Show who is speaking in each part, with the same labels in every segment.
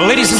Speaker 1: and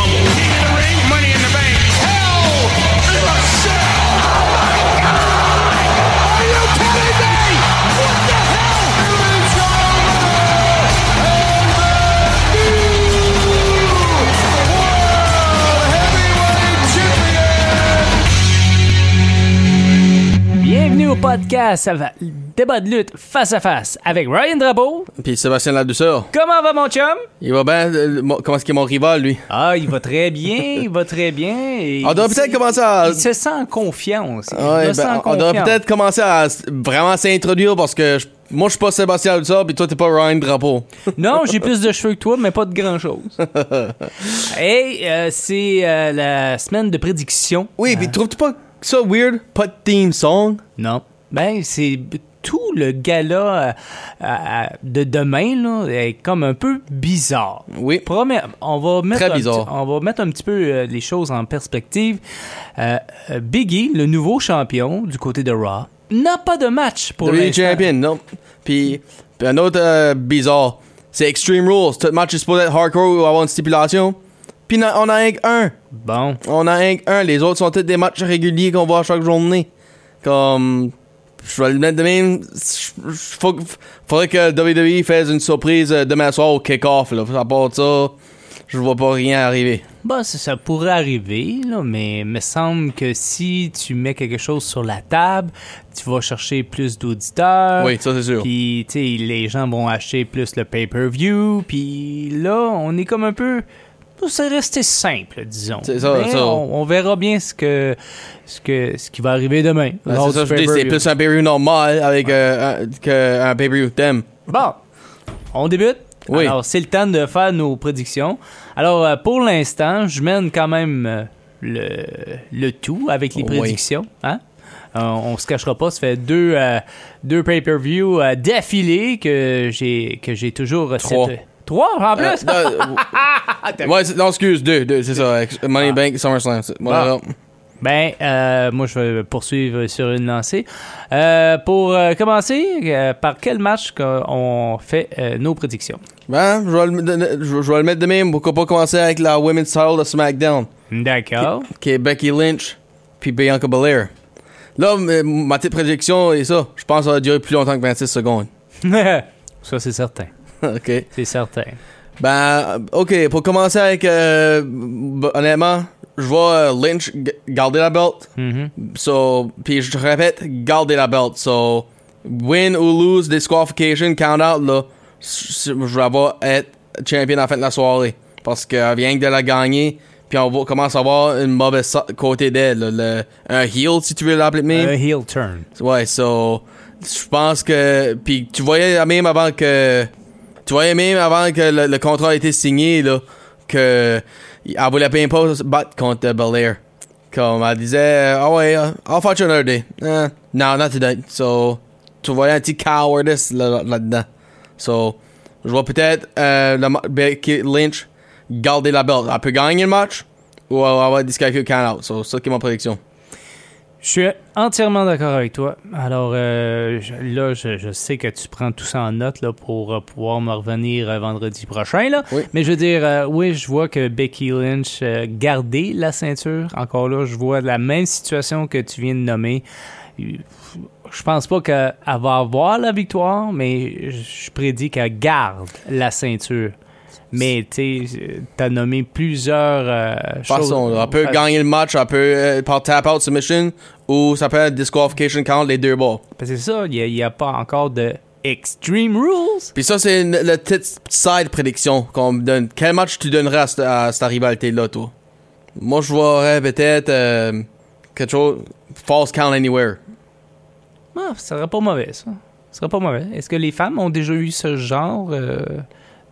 Speaker 2: Rumble.
Speaker 3: King of the Ring, Money in the Bank.
Speaker 4: Hell in a Cell.
Speaker 5: Oh my God! Are you kidding me? What the hell?
Speaker 4: It's
Speaker 6: Bienvenue au podcast, ça va, débat de lutte face à face avec Ryan Drabeau.
Speaker 7: Puis Sébastien Ladouceur.
Speaker 6: Comment va mon chum?
Speaker 7: Il va bien. euh, mon- comment est-ce qu'il est mon rival, lui?
Speaker 6: Ah, il va très bien, il va très bien. et
Speaker 7: On doit
Speaker 6: il-
Speaker 7: peut-être commencer à-
Speaker 6: Il se sent en confiance. Il
Speaker 7: Ouais,
Speaker 6: doit se
Speaker 7: ben,
Speaker 6: sentir
Speaker 7: on devrait
Speaker 6: confiant.
Speaker 7: peut-être commencer à s- vraiment s'introduire parce que je- moi, je suis pas Sébastien Ladouceur, puis toi, t'es pas Ryan Drapeau.
Speaker 6: Non, j'ai plus de cheveux que toi, mais pas de grand-chose. Et euh, c'est euh, la semaine de prédiction.
Speaker 7: Oui, puis trouves-tu pas ça weird? Pas de theme song?
Speaker 6: Non. Ben, c'est b- tout le gala euh, euh, de demain là, est comme un peu bizarre.
Speaker 7: Oui.
Speaker 6: Promet- on va mettre
Speaker 7: Très
Speaker 6: un
Speaker 7: bizarre.
Speaker 6: petit- on va mettre un petit peu euh, les choses en perspective. Euh, euh, Biggie, le nouveau champion du côté de Raw, n'a pas de match pour
Speaker 7: WWE
Speaker 6: l'instant.
Speaker 7: Champion, non? Puis, puis un autre euh, bizarre, c'est Extreme Rules. Tout match est supposé être hardcore ou avoir une stipulation. Puis na- on a rien qu'un.
Speaker 6: Bon.
Speaker 7: On a rien qu'un. Les autres sont tous des matchs réguliers qu'on voit à chaque journée. Comme. Je vais le mettre de même. Je- je- faut- faudrait que WWE fasse une surprise euh, demain soir au kick-off. là. À part ça, je vois pas rien arriver.
Speaker 6: Bah, ça, ça pourrait arriver, là, mais me semble que si tu mets quelque chose sur la table, tu vas chercher plus d'auditeurs.
Speaker 7: Oui, ça, c'est sûr.
Speaker 6: Euh, Puis, tu sais, les gens vont acheter plus le pay-per-view. Puis là, on est comme un peu. C'est resté simple, disons.
Speaker 7: C'est ça,
Speaker 6: Mais
Speaker 7: ça.
Speaker 6: On, on verra bien ce que, ce que ce qui va arriver demain.
Speaker 7: Ben,
Speaker 6: lors
Speaker 7: c'est ça,
Speaker 6: du
Speaker 7: je dis, c'est
Speaker 6: pay-per-view.
Speaker 7: plus un pay-per-view normal avec euh, un- qu'un pay-per-view thème.
Speaker 6: Bon, on débute.
Speaker 7: Oui.
Speaker 6: Alors, c'est le temps de faire nos prédictions. Alors, euh, pour l'instant, je mène quand même euh, le, le tout avec les
Speaker 7: Oui.
Speaker 6: prédictions. Hein? Euh, on se cachera pas, ça fait deux, euh, deux pay-per-view euh, d'affilée que j'ai que j'ai toujours... euh,
Speaker 7: Trois.
Speaker 6: cette- Trois, en plus?
Speaker 7: Euh, non, euh, ouais, c'est- non, excuse, deux, deux, c'est ça. ex- Money in
Speaker 6: Ah.
Speaker 7: Bank, SummerSlam. c'est- voilà.
Speaker 6: Ben, euh, moi, je vais poursuivre sur une lancée. Euh, pour euh, commencer, euh, par quel match qu'on fait euh, nos prédictions?
Speaker 7: Ben, je vais le donner- je- je vais le mettre de même. Pourquoi pas commencer avec la Women's Title de SmackDown?
Speaker 6: D'accord.
Speaker 7: qui est Becky Lynch puis Bianca Belair. Là, m- ma petite prédiction est ça. Je pense que ça va durer plus longtemps que 26 secondes.
Speaker 6: ça, c'est certain.
Speaker 7: OK.
Speaker 6: C'est certain.
Speaker 7: Ben, OK, pour commencer avec... euh, b- honnêtement, je vois euh, Lynch g- garder la belt.
Speaker 6: Mhm.
Speaker 7: So, puis je te répète, garder la belt. So, win ou lose, disqualification, count out, là, je je vais avoir être champion à la fin de la soirée. Parce qu'elle vient que de la gagner, puis on va, commence à avoir une mauvaise so- côté d'elle. là, le- Un heel, si tu veux l'appeler de même.
Speaker 6: Un heel turn.
Speaker 7: Ouais, so, je pense que. Puis tu voyais même avant que. Tu voyais même avant que le, le contrat a été signé, là, que. Elle voulait bien pas se battre contre euh, Belair. Comme elle disait, ah ouais, euh, I'll fight you another day. Euh, non, not today. So, tu voyais un petit cowardice là- là- là-dedans. so, je vois peut-être euh, le ma- Becky Lynch garder la belt. Elle peut gagner le match ou elle elle va disqualifier au count-out. So, c'est ça qui est ma prédiction.
Speaker 6: Je suis entièrement d'accord avec toi. Alors euh, je- là, je, je sais que tu prends tout ça en note là, pour euh, pouvoir me revenir euh, vendredi prochain. Là.
Speaker 7: Oui.
Speaker 6: Mais je veux dire, euh, oui, je vois que Becky Lynch euh, gardait la ceinture. Encore là, je vois la même situation que tu viens de nommer. Je pense pas qu'elle va avoir la victoire, mais je je prédis qu'elle garde la ceinture. Mais tu sais, t'as nommé plusieurs euh, choses.
Speaker 7: façon, là. on peut gagner le match, on peut euh, par tap out submission ou ça peut être disqualification count les deux balles.
Speaker 6: Parce que c'est ça, il n'y a, pas encore de Extreme Rules.
Speaker 7: Puis ça c'est une- la petite side prédiction qu'on me donne. Quel match tu donnerais à, cette- à cette rivalité là toi Moi je vois peut-être euh, quelque chose false count anywhere.
Speaker 6: Ah, ça serait pas mauvais, ça. Ça serait pas mauvais. Est-ce que les femmes ont déjà eu ce genre euh,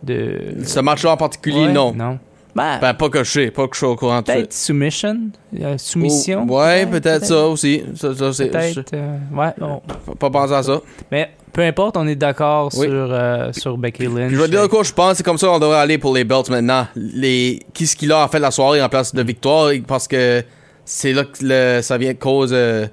Speaker 6: de.
Speaker 7: Ce match là en particulier
Speaker 6: Ouais,
Speaker 7: non.
Speaker 6: Non. Ben,
Speaker 7: Ben pas que je sais, pas que Oh, je suis au courant de ça.
Speaker 6: peut-être Submission, euh, Soumission.
Speaker 7: Ou- ouais, peut-être ça aussi. Ça, ça, c'est-
Speaker 6: Peut-être. euh, ouais, on-
Speaker 7: j'ai pas pensé à ça.
Speaker 6: Mais Peu importe, on est d'accord
Speaker 7: Oui.
Speaker 6: sur, euh, sur Becky Lynch.
Speaker 7: Puis je vais te dire quoi, je pense que c'est comme ça qu'on devrait aller pour les belts maintenant. Les qu'est-ce qu'il a en fait la soirée en place de victoire parce que c'est là que le- ça vient de cause euh,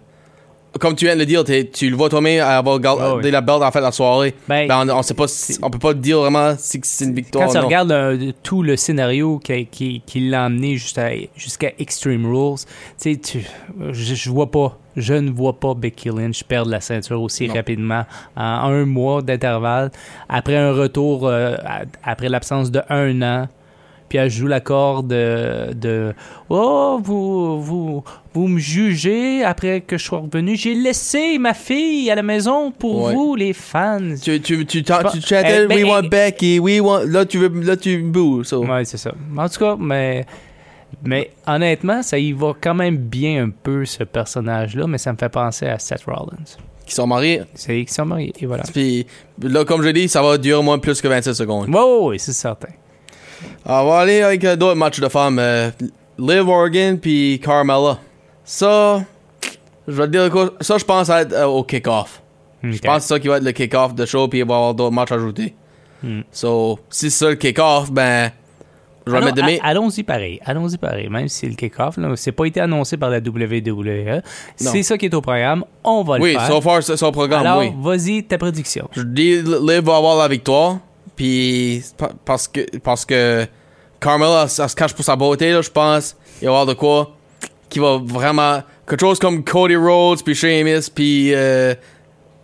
Speaker 7: comme tu viens de le dire, t'es- tu le vois toi-même avoir gardé
Speaker 6: Ah oui.
Speaker 7: la belt en fait la soirée.
Speaker 6: Ben,
Speaker 7: Ben, on, on sait pas si- on peut pas dire vraiment si c'est une victoire
Speaker 6: Quand tu
Speaker 7: ou non.
Speaker 6: regardes euh, tout le scénario qui, qui, qui l'a amené jusqu'à jusqu'à Extreme Rules, tu sais, tu- je, je vois pas, je ne vois pas Becky Lynch perdre la ceinture aussi
Speaker 7: Non.
Speaker 6: rapidement en un mois d'intervalle après un retour euh, à- après l'absence de un an. Puis elle joue la corde euh, de Oh, vous, vous, vous me jugez après que je sois revenu. J'ai laissé ma fille à la maison pour
Speaker 7: Ouais.
Speaker 6: vous, les fans.
Speaker 7: tu tu tu t'en-
Speaker 6: pas-
Speaker 7: tu chantais
Speaker 6: Eh, ben,
Speaker 7: we want
Speaker 6: eh,
Speaker 7: Becky, we want là tu veux là tu boues. so.
Speaker 6: Ouais, c'est ça. En tout cas, mais, mais honnêtement, ça y va quand même bien un peu, ce personnage-là, mais ça me fait penser à Seth Rollins.
Speaker 7: qui sont mariés.
Speaker 6: C'est ils sont mariés, et voilà.
Speaker 7: Puis là comme je dis, ça va durer au moins plus que 27 secondes.
Speaker 6: Ouais, ouais, ouais, c'est certain.
Speaker 7: Ah, On va aller avec euh, d'autres matchs de femmes. Euh, Liv Morgan puis Carmella. Ça, je vais te dire quoi. Ça, je pense être euh, au kick-off. Je
Speaker 6: Ok.
Speaker 7: pense que c'est ça qui va être le kick-off de show, puis il va y avoir d'autres matchs ajoutés.
Speaker 6: Hmm.
Speaker 7: So, si c'est ça le kick-off, ben, je vais
Speaker 6: Allons-
Speaker 7: mettre demain.
Speaker 6: a- Allons-y pareil. Allons-y pareil. Même si c'est le kick-off, là, c'est pas été annoncé par la WWE. C'est ça qui est au programme. On va
Speaker 7: Oui,
Speaker 6: le faire.
Speaker 7: so far, c'est son programme,
Speaker 6: Alors,
Speaker 7: oui.
Speaker 6: vas-y, ta prédiction.
Speaker 7: Je dis Liv va avoir la victoire, puis pa- parce que, parce que Carmella, elle, se cache pour sa beauté, là, je pense. Il va y avoir de quoi qui va vraiment. Quelque chose comme Cody Rhodes, puis Sheamus, puis euh,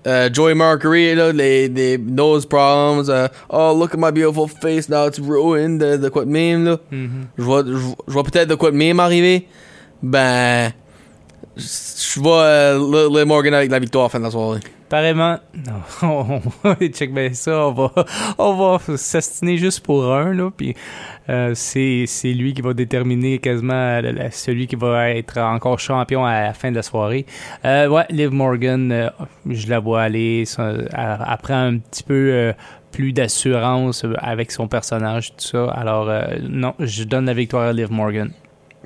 Speaker 7: euh, Joey Mercury, là, les, les nose problems. euh, oh, look at my beautiful face, now it's ruined, de, de quoi de même, là. Je vois, je vois- je vois peut-être de quoi de même arriver. Ben. Je vois euh, Liv- Liv Morgan avec la victoire à la fin de la soirée.
Speaker 6: Apparemment, non, on, check bien ça, on va, on va s'astiner juste pour un, là, puis euh, c'est c'est lui qui va déterminer quasiment la- la- celui qui va être encore champion à la fin de la soirée. Euh, ouais, Liv Morgan, euh, je la vois aller, ça- elle, elle prend un petit peu euh, plus d'assurance avec son personnage, tout ça, alors euh, non, je donne la victoire à Liv Morgan.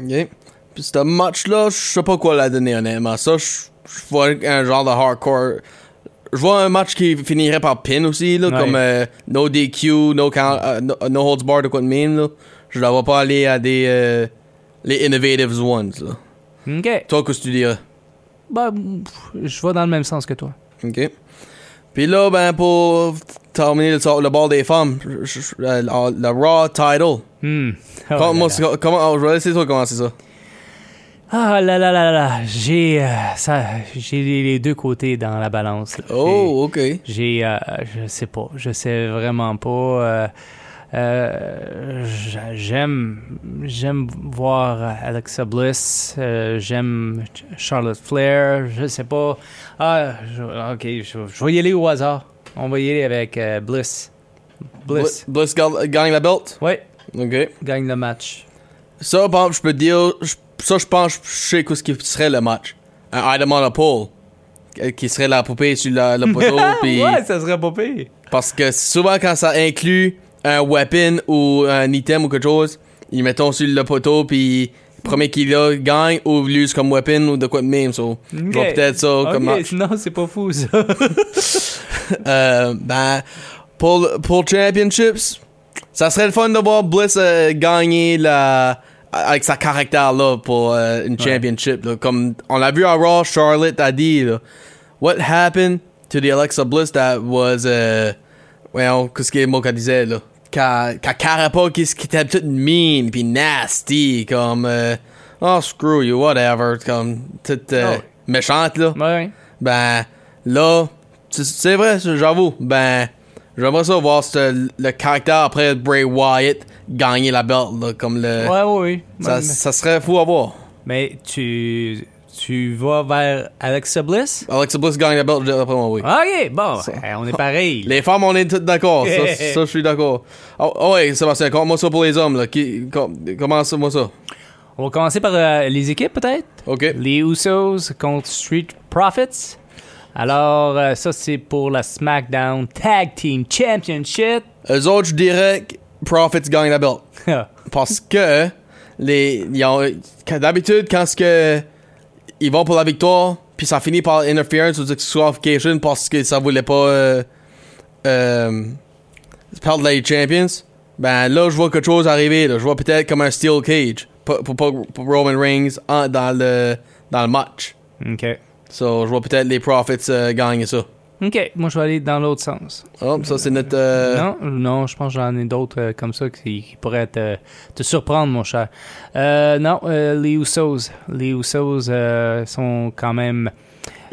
Speaker 7: Ok. Puis ce match-là, je sais pas quoi la donner, honnêtement. Ça, je je vois un genre de hardcore. Je vois un match qui finirait par pin aussi, là,
Speaker 6: Ouais.
Speaker 7: comme euh, no DQ, no, count, euh, no, no holds bar de quoi de même. Là. Je la vois pas aller à des euh, les innovatives ones. Là.
Speaker 6: Ok,
Speaker 7: Toi, qu'est-ce que tu dirais?
Speaker 6: bah, pff, je vais dans le même sens que toi.
Speaker 7: Ok. Puis là, ben, pour terminer le, le bord des femmes, je- je- euh, la, la Raw title.
Speaker 6: Hmm. Oh là
Speaker 7: comment,
Speaker 6: là.
Speaker 7: c'est- comment- oh, je vais laisser toi commencer ça.
Speaker 6: Ah là là là là là, j'ai euh, ça, j'ai les- les deux côtés dans la balance. là. J'ai-
Speaker 7: Oh, ok.
Speaker 6: j'ai, euh, je sais pas, je sais vraiment pas. euh, euh, j'a- j'aime, j'aime voir Alexa Bliss, euh, j'aime Ch- Charlotte Flair, je sais pas. Ah, je- ok, je, je vais y aller au hasard. On va y aller avec euh, Bliss. Bliss.
Speaker 7: Bliss, Bliss gagne gagne la belt.
Speaker 6: Ouais,
Speaker 7: Ok.
Speaker 6: gagne le match.
Speaker 7: Ça, par exemple, je peux te dire, je- ça, je pense, je sais ce qui serait le match. Un item on a pole. euh, Qui serait la poupée sur la- le poteau. Oh, puis
Speaker 6: Ah, ça serait pas pire.
Speaker 7: parce que souvent, quand ça inclut un weapon ou un item ou quelque chose, ils mettent sur le poteau, puis le premier qui l'a gagne ou l'use comme weapon ou de quoi de même. So, Je vois
Speaker 6: Ok.
Speaker 7: peut-être ça
Speaker 6: Ok,
Speaker 7: comme match.
Speaker 6: Non, c'est pas fou ça.
Speaker 7: Euh, ben, pour, le- pour le Championships, ça serait le fun de voir Bliss euh, gagner la, avec sa caractère là pour euh, une championship. là. Comme on l'a vu à Raw, Charlotte a dit là, What happened to the Alexa Bliss that was. Euh, well, qu'est-ce que le mot qu'elle disait là? Qu'elle qu'elle carait pas, qu'est-ce qui était toute mean pis nasty, comme. euh, oh, screw you, whatever. Comme toute euh,
Speaker 6: Ah ouais.
Speaker 7: méchante là.
Speaker 6: ouais.
Speaker 7: Ben, là, c'est- c'est vrai, c'est- j'avoue. Ben, j'aimerais ça voir ce- le caractère après Bray Wyatt gagner la belt, là, comme le.
Speaker 6: Ouais, oui, oui.
Speaker 7: Ça,
Speaker 6: Mais-
Speaker 7: ça serait fou à voir.
Speaker 6: Mais tu, tu vas vers Alexa Bliss?
Speaker 7: Alexa Bliss gagne la belt, d'après moi, oui.
Speaker 6: OK, bon, eh, on est pareil.
Speaker 7: Les femmes, on est toutes d'accord. ça, ça, je suis d'accord. Oh, oh, ouais, Sébastien, moi ça pour les hommes, là. Qui, com- comment ça, moi ça?
Speaker 6: On va commencer par euh, les équipes, peut-être?
Speaker 7: Ok.
Speaker 6: Les Usos contre Street Profits. Alors, euh, ça, c'est pour la SmackDown Tag Team Championship.
Speaker 7: Eux autres, je dirais que Profits gagne la belt. Parce que les. ils ont- quand- D'habitude, quand ce que. Ils vont pour la victoire, Puis ça finit par interference ou disqualification parce que ça voulait pas euh, euh, perdre les champions. Ben là, je vois quelque chose arriver. là. Je vois peut-être comme un steel cage pour, pour, pour- pour Roman Reigns en- dans, le, dans le match.
Speaker 6: OK.
Speaker 7: So, je vois peut-être les Profits euh, gagner ça.
Speaker 6: OK, moi, je vais aller dans l'autre sens.
Speaker 7: Oh, ça, c'est notre. euh,
Speaker 6: Non, non, je pense que j'en ai d'autres euh, comme ça qui, qui pourraient te, te surprendre, mon cher. Euh, non, euh, les Usos. Les Usos euh, sont quand même.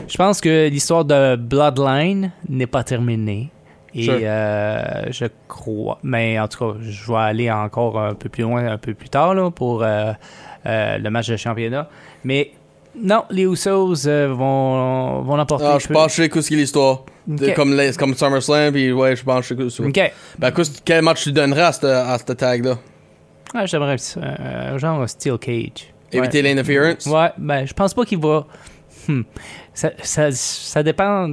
Speaker 6: Je pense que l'histoire de Bloodline n'est pas terminée. Et
Speaker 7: Sure.
Speaker 6: euh, je crois. Mais en tout cas, je vais aller encore un peu plus loin, un peu plus tard là, pour euh, euh, le match de championnat. Mais. Non, les Usos euh, vont, vont l'emporter.
Speaker 7: Ah, je pense que je sais qu'est-ce qu'il est l'histoire. De-
Speaker 6: Ok.
Speaker 7: Comme, les- comme SummerSlam, puis ouais, je pense que je sais qu'est-ce que c'est.
Speaker 6: OK.
Speaker 7: Ben, qu'est-ce- quel match tu donneras à ce à ce tag-là
Speaker 6: Ouais, j'aimerais un petit- euh, genre un Steel Cage.
Speaker 7: Éviter
Speaker 6: Ouais.
Speaker 7: l'interference
Speaker 6: Ouais, ben, je pense pas qu'il va. Hmm. Ça, ça, ça dépend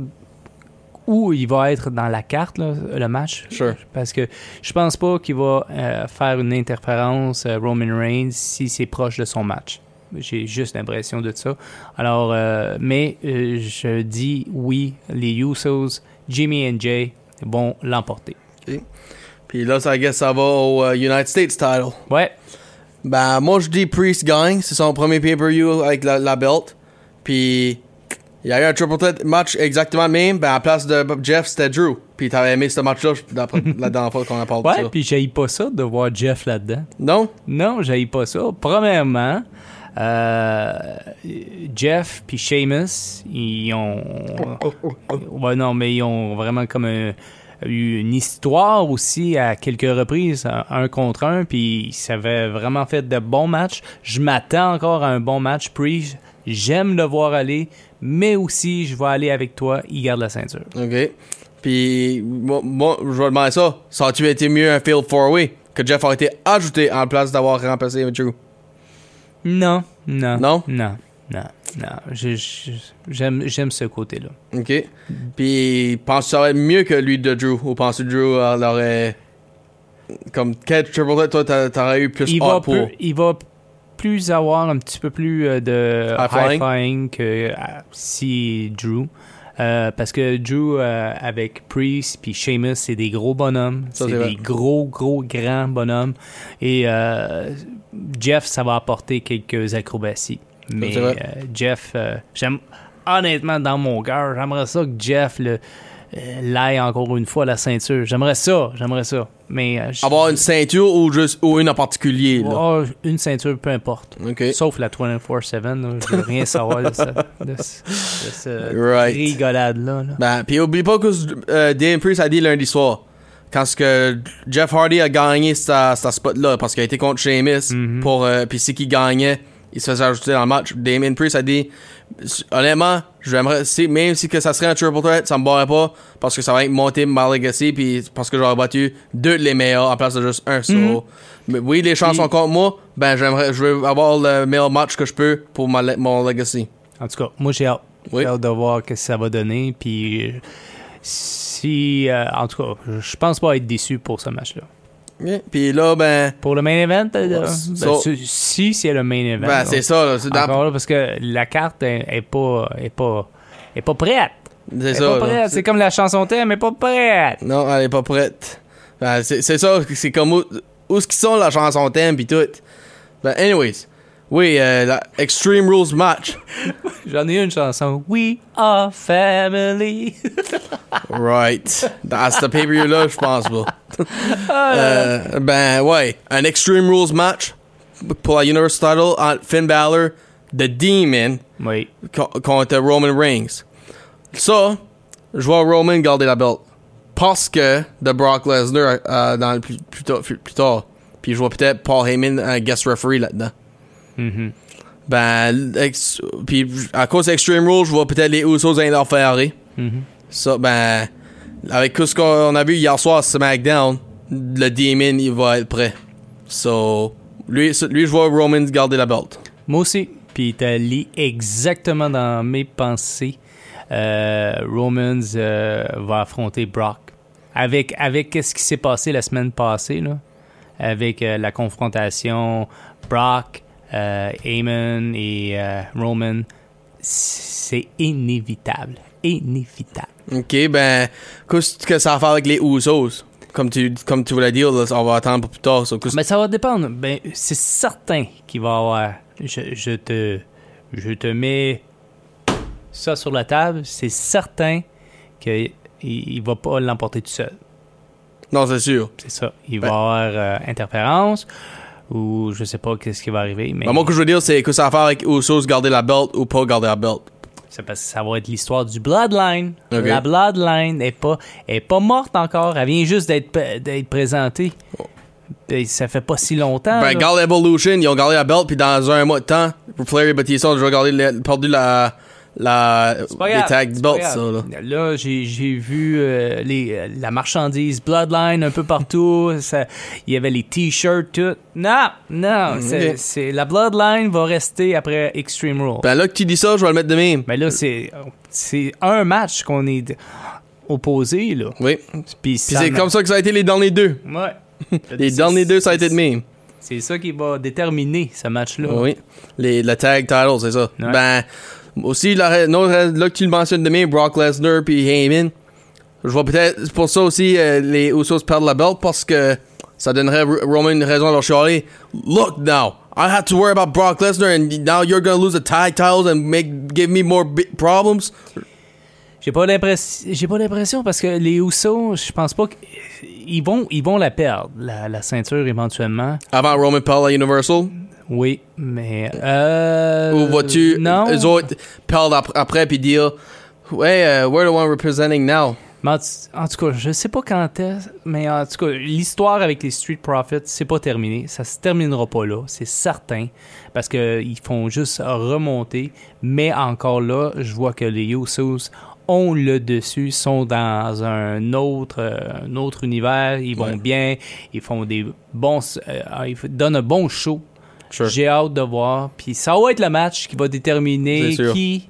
Speaker 6: où il va être dans la carte, là, le match.
Speaker 7: Sure.
Speaker 6: Parce que je pense pas qu'il va euh, faire une interférence euh, Roman Reigns si c'est proche de son match. J'ai juste l'impression de ça. Alors, euh, mais euh, je dis oui, les Usos, Jimmy et Jay vont l'emporter.
Speaker 7: Puis là, ça, I guess, ça va au euh, United States title.
Speaker 6: Ouais,
Speaker 7: Ben, moi, je dis Priest gagne. C'est son premier pay-per-view avec la, la belt. Puis, il y a eu un triple threat match exactement le même. Ben, à la place de Jeff, c'était Drew. Puis, t'avais aimé ce match-là je- la, la dernière fois qu'on a parlé de
Speaker 6: ouais,
Speaker 7: ça.
Speaker 6: puis j'ai pas ça de voir Jeff là-dedans.
Speaker 7: Non?
Speaker 6: Non, j'aille pas ça. Premièrement, euh, Jeff puis Seamus, ils ont. Ouais, non, mais ils ont vraiment comme un- eu une histoire aussi à quelques reprises, un- un contre un, puis ça avait vraiment fait de bons matchs. Je m'attends encore à un bon match, Priest. J'aime le voir aller, mais aussi je vais aller avec toi. Il garde la ceinture.
Speaker 7: OK. Puis, moi, moi, je vais demander ça. Ça a-tu été mieux un field four-way que Jeff a été ajouté en place d'avoir remplacé Drew?
Speaker 6: Non, non,
Speaker 7: Non?
Speaker 6: non, non, non. Je- je- J'aime j'aime ce côté-là.
Speaker 7: OK. Puis, penses-tu que ça va être mieux que lui de Drew? Ou penses-tu que Drew euh, l'aurait... Comme, quel triple threat, toi, t'a- t'aurais eu plus
Speaker 6: il
Speaker 7: hâte
Speaker 6: va,
Speaker 7: pour?
Speaker 6: plus, il va plus avoir un petit peu plus euh, de
Speaker 7: High-flying.
Speaker 6: high-flying que euh, si Drew. Euh, parce que Drew euh, avec Priest puis Sheamus, c'est des gros bonhommes.
Speaker 7: Ça,
Speaker 6: C'est
Speaker 7: c'est vrai.
Speaker 6: des gros, gros, grands bonhommes. Et euh, Jeff, ça va apporter quelques acrobaties. Mais
Speaker 7: c'est vrai.
Speaker 6: euh, Jeff, euh, j'aime honnêtement dans mon cœur, j'aimerais ça que Jeff le, euh, l'aille encore une fois à la ceinture. J'aimerais ça, j'aimerais ça. Mais euh, je-
Speaker 7: Avoir une ceinture ou juste ou une en particulier. Là.
Speaker 6: Oh, une ceinture, peu importe.
Speaker 7: Ok.
Speaker 6: Sauf la 24-7, là, je veux rien savoir de ça. De, ce- de ce
Speaker 7: Right.
Speaker 6: rigolade-là. là.
Speaker 7: Ben, puis oublie pas que euh, Damian Priest a dit lundi soir. Quand ce que Jeff Hardy a gagné sa, sa spot-là, parce qu'il a été contre Sheamus, pour, euh, puis c'est qui gagnait, il se faisait ajouter dans le match. Damien Priest a dit, honnêtement, j'aimerais, si- même si que ça serait un triple threat, ça me barrait pas, parce que ça va être monté ma legacy, puis parce que j'aurais battu deux de les meilleurs en place de juste un. So, mais oui, les chances sont contre moi, ben, j'aimerais, je veux avoir le meilleur match que je peux pour ma, le- mon legacy.
Speaker 6: En tout cas, moi, j'ai hâte.
Speaker 7: Oui.
Speaker 6: J'ai hâte de voir ce que ça va donner. Puis, euh, si. euh, en tout cas, je pense pas être déçu pour ce match-là.
Speaker 7: Ok. Puis là, ben,
Speaker 6: Pour le main event, euh, ben,
Speaker 7: so-
Speaker 6: si- si c'est le main event.
Speaker 7: ben
Speaker 6: là.
Speaker 7: c'est ça, là, c'est dans-
Speaker 6: Encore là, parce que la carte est, est pas, est, pas, est pas prête.
Speaker 7: C'est
Speaker 6: Elle est
Speaker 7: ça.
Speaker 6: pas
Speaker 7: là.
Speaker 6: prête. C'est comme la chanson thème, elle est pas prête.
Speaker 7: Non, elle est pas prête. Ben, c'est c'est ça, c'est comme où, où ce qu'ils sont la chanson thème pis tout. Ben, anyways. Oui, euh, la Extreme Rules match.
Speaker 6: J'en ai une chanson. We are family.
Speaker 7: Right. À ce pay-per-view là, je pense pas.
Speaker 6: Ah,
Speaker 7: Euh, ben ouais, un Extreme Rules match pour la Universal title entre Finn Balor, The Demon
Speaker 6: oui.
Speaker 7: co- contre Roman Reigns. Ça, je vois Roman garder la belt. Parce que de Brock Lesnar euh, dans le plus, plus tard, plus, plus tard. Puis je vois peut-être Paul Heyman un guest referee là-dedans. Ben, ex- puis à cause d'Extreme Rules, je vois peut-être les Usos aller leur faire arrêt. Ça, ben, avec tout ce qu'on a vu hier soir à SmackDown, le Demon, il va être prêt. So, lui, lui je vois Roman garder la belt.
Speaker 6: Moi aussi. Puis t'as lié exactement dans mes pensées. Euh, Romans euh, va affronter Brock. Avec, avec ce qui s'est passé la semaine passée, là. Avec euh, la confrontation Brock, euh, Heyman et euh, Roman. c'est inévitable. Inévitable.
Speaker 7: OK, ben, qu'est-ce que ça va faire avec les Usos? Comme tu, comme tu voulais dire, là, on va attendre pour plus tard. ça. Qu'est-ce-
Speaker 6: Mais ça va dépendre. Ben, c'est certain qu'il va y avoir. Je, je te, je te mets ça sur la table. C'est certain qu'il ne va pas l'emporter tout seul.
Speaker 7: Non, c'est sûr.
Speaker 6: C'est ça. Il
Speaker 7: Ben-
Speaker 6: va y avoir euh, interférence ou je sais pas qu'est-ce qui va arriver. Mais
Speaker 7: Ben, moi, ce que je veux dire, c'est que ça va faire avec Usos garder la belt ou pas garder la belt.
Speaker 6: c'est parce que ça va être l'histoire du Bloodline.
Speaker 7: Ok.
Speaker 6: La Bloodline n'est pas, est pas morte encore. Elle vient juste d'être p- d'être présentée. Ben, ça fait pas si longtemps.
Speaker 7: Oh. Ben,
Speaker 6: Ah, là.
Speaker 7: garde Evolution, ils ont gardé la belt, puis dans un mois de temps, Flair et Batista ont déjà gardé la- perdu la, la,
Speaker 6: C'est pas
Speaker 7: les
Speaker 6: grave,
Speaker 7: tag
Speaker 6: c'est pas
Speaker 7: belts, ça, là.
Speaker 6: grave. Là, j'ai, j'ai vu euh, les, euh, la marchandise Bloodline un peu partout. Ça- Il y avait les t-shirts, tout. Non, non. c'est,
Speaker 7: ok.
Speaker 6: c'est- la Bloodline va rester après Extreme Rules.
Speaker 7: Ben, là que tu dis ça, je vais le mettre de même.
Speaker 6: Mais là, c'est, c'est un match qu'on est opposé, là.
Speaker 7: Oui.
Speaker 6: Puis
Speaker 7: Puis c'est comme ça que ça a été les derniers deux.
Speaker 6: Ouais.
Speaker 7: Les
Speaker 6: C'est-
Speaker 7: derniers deux, ça a été de même.
Speaker 6: C'est ça qui va déterminer ce match-là.
Speaker 7: Oui. Les, le tag title, c'est ça.
Speaker 6: Ouais.
Speaker 7: Ben, aussi, la, ra- une autre ra- là que tu le mentionnes demain, Brock Lesnar puis Heyman. Je vois peut-être, c'est pour ça aussi, euh, les Usos perdent la belt parce que ça donnerait R- Roman une raison à leur chialer. Look now, I have to worry about Brock Lesnar and now you're gonna lose the tag titles and make, give me more big problems.
Speaker 6: J'ai pas l'impression, j'ai pas l'impression parce que les Usos, je pense pas qu'ils vont, ils vont la perdre, la, la ceinture éventuellement.
Speaker 7: Avant Roman perd la Universal,
Speaker 6: Oui, mais euh,
Speaker 7: ou vas-tu,
Speaker 6: Non.
Speaker 7: eux autres perdent ap- après puis dire, ouais, euh, we're the one representing now.
Speaker 6: Mais en, t- en tout cas, je sais pas quand est, mais en tout cas, l'histoire avec les Street Profits, c'est pas terminé. Ça se terminera pas là, c'est certain, parce que ils font juste remonter. Mais encore là, je vois que les Usos ont le dessus, sont dans un autre, euh, un autre univers. Ils vont
Speaker 7: Ouais.
Speaker 6: bien, ils font des bons, euh, ils f- donnent un bon show.
Speaker 7: Sure.
Speaker 6: J'ai hâte de voir. Puis ça va être le match qui va déterminer
Speaker 7: C'est sûr.
Speaker 6: qui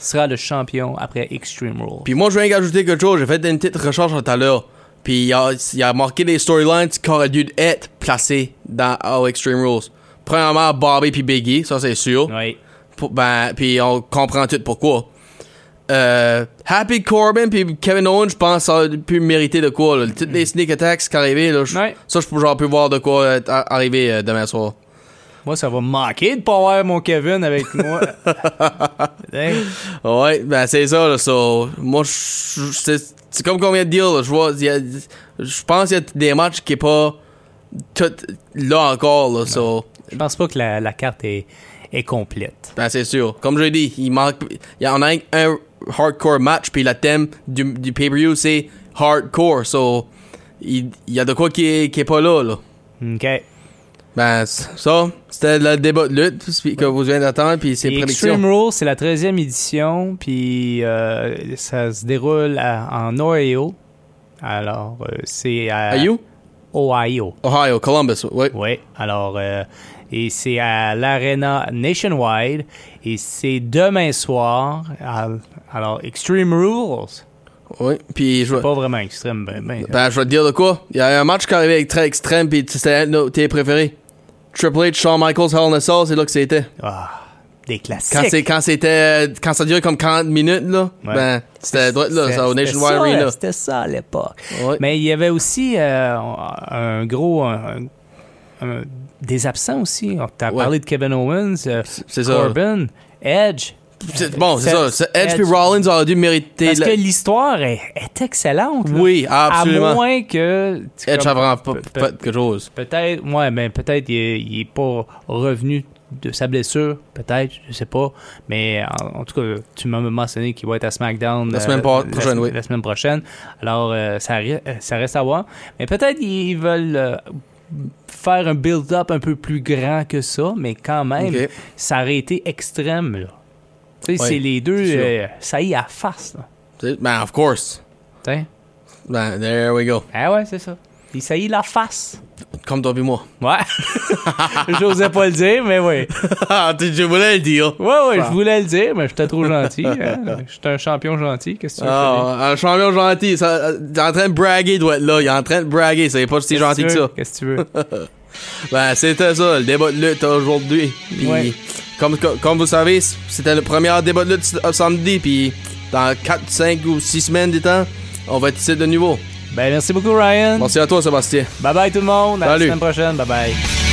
Speaker 6: sera le champion après Extreme Rules.
Speaker 7: Puis moi, je viens d'ajouter quelque chose. J'ai fait une petite recherche tout à l'heure. Puis il a, il a marqué les storylines qui auraient dû être placées dans All Extreme Rules. Premièrement, Bobby puis Biggie, ça c'est sûr.
Speaker 6: Ouais.
Speaker 7: Pou- ben, puis on comprend tout pourquoi. Euh, Happy Corbin puis Kevin Owens, je pense, ça aurait pu mériter de quoi. Là. Toutes les sneak attacks qui arrivaient, là, je-
Speaker 6: Ouais.
Speaker 7: ça, je peux genre plus voir de quoi euh, t- arriver euh, demain soir.
Speaker 6: Moi, ça va me manquer de pas avoir mon Kevin avec moi. Hey,
Speaker 7: Ouais, ben c'est ça, là, so, moi, je- je- c'est c'est comme qu'on vient de dire, là, je vois, il y a- je pense qu'il y a des matchs qui est pas tout là encore, là, so,
Speaker 6: Je pense pas que la, la carte est, est complète.
Speaker 7: ben c'est sûr. Comme je l'ai dit, il manque, il y en a un hardcore match, puis le thème du, du pay-per-view, c'est hardcore, so, il il y a de quoi qui est, qui est pas là, là.
Speaker 6: OK.
Speaker 7: Ben, c- ça, c'était le débat de lutte puis que vous venez d'attendre, puis c'est
Speaker 6: Et Extreme
Speaker 7: prédictions.
Speaker 6: Rules, c'est la 13e édition, puis euh, ça se déroule à- en Ohio. Alors, euh, c'est à
Speaker 7: Are you?
Speaker 6: Ohio.
Speaker 7: Ohio, Columbus, ouais.
Speaker 6: Oui. Alors, euh, et c'est à l'Arena Nationwide, et c'est demain soir. Al- Alors, Extreme Rules,
Speaker 7: Ouais, puis je
Speaker 6: pas vraiment extrême, ben, ben.
Speaker 7: Ben, je vais te dire de quoi. Il y a un match qui est arrivé avec très extrême, puis c'était un de nos- tes préférés. Triple H, Shawn Michaels, Hell in a Cell, c'est là que c'était.
Speaker 6: Ah, des classiques.
Speaker 7: Quand c'est quand c'était quand ça durait comme 40 minutes là,
Speaker 6: Ouais.
Speaker 7: ben c'était droit là,
Speaker 6: C'était-
Speaker 7: ça au
Speaker 6: c'était
Speaker 7: Nationwide
Speaker 6: ça,
Speaker 7: Arena.
Speaker 6: C'était ça à l'époque.
Speaker 7: Ouais.
Speaker 6: Mais il y avait aussi euh, un gros. un- un- des absents aussi. On t'a
Speaker 7: Ouais.
Speaker 6: parlé de Kevin Owens, euh,
Speaker 7: c'est ça.
Speaker 6: Corbin, Edge.
Speaker 7: C'est- Bon, c'est ça. c'est Edge
Speaker 6: Edge.
Speaker 7: puis Rollins auraient dû mériter.
Speaker 6: Parce
Speaker 7: la-
Speaker 6: que l'histoire est, est excellente. là.
Speaker 7: Oui,
Speaker 6: À
Speaker 7: absolument.
Speaker 6: moins que. tu-
Speaker 7: Edge a
Speaker 6: comme-
Speaker 7: vraiment pas
Speaker 6: pe-
Speaker 7: pas quelque chose.
Speaker 6: Peut-être, ouais, mais peut-être il est- il est pas revenu de sa blessure, peut-être, je sais pas. Mais en, en tout cas, tu m'as mentionné qu'il va être à SmackDown euh,
Speaker 7: La semaine pro- prochaine,
Speaker 6: la,
Speaker 7: oui.
Speaker 6: la semaine prochaine. Alors, euh, ça, ri- euh, ça reste à voir. Mais peut-être ils veulent euh, faire un build-up un peu plus grand que ça, mais quand même,
Speaker 7: Ok.
Speaker 6: ça aurait été extrême, là. Tu sais,
Speaker 7: Ouais,
Speaker 6: c'est les deux,
Speaker 7: c'est sûr.
Speaker 6: euh, ça y est à face, là.
Speaker 7: C'est- Ben of course.
Speaker 6: Tu sais?
Speaker 7: Ben there we go.
Speaker 6: Ah ouais, c'est ça. Il saillit la face.
Speaker 7: Comme toi et moi.
Speaker 6: Ouais. J'osais pas le dire, mais oui.
Speaker 7: Ah, tu je voulais le dire.
Speaker 6: Ouais, ouais, je voulais le dire, mais j'étais trop gentil. hein. J'étais un champion gentil, qu'est-ce que tu veux que je te dise?
Speaker 7: Ah, un champion euh, gentil, ça, il est en train de braguer, doit être là. Il est en train de braguer, c'est pas si
Speaker 6: Qu'est-ce
Speaker 7: gentil
Speaker 6: que
Speaker 7: que
Speaker 6: tu veux?
Speaker 7: ça.
Speaker 6: Qu'est-ce que tu veux?
Speaker 7: Ben, c'était ça, le débat de lutte aujourd'hui. Puis,
Speaker 6: Ouais.
Speaker 7: comme, co- comme vous savez, c- c'était le premier débat de lutte s- euh, samedi. Puis, dans 4, 5 ou 6 semaines des temps, on va être ici de nouveau.
Speaker 6: Ben, merci beaucoup, Ryan.
Speaker 7: Merci à toi, Sébastien.
Speaker 6: Bye bye, tout le monde. À
Speaker 7: Salut.
Speaker 6: la semaine prochaine. Bye bye.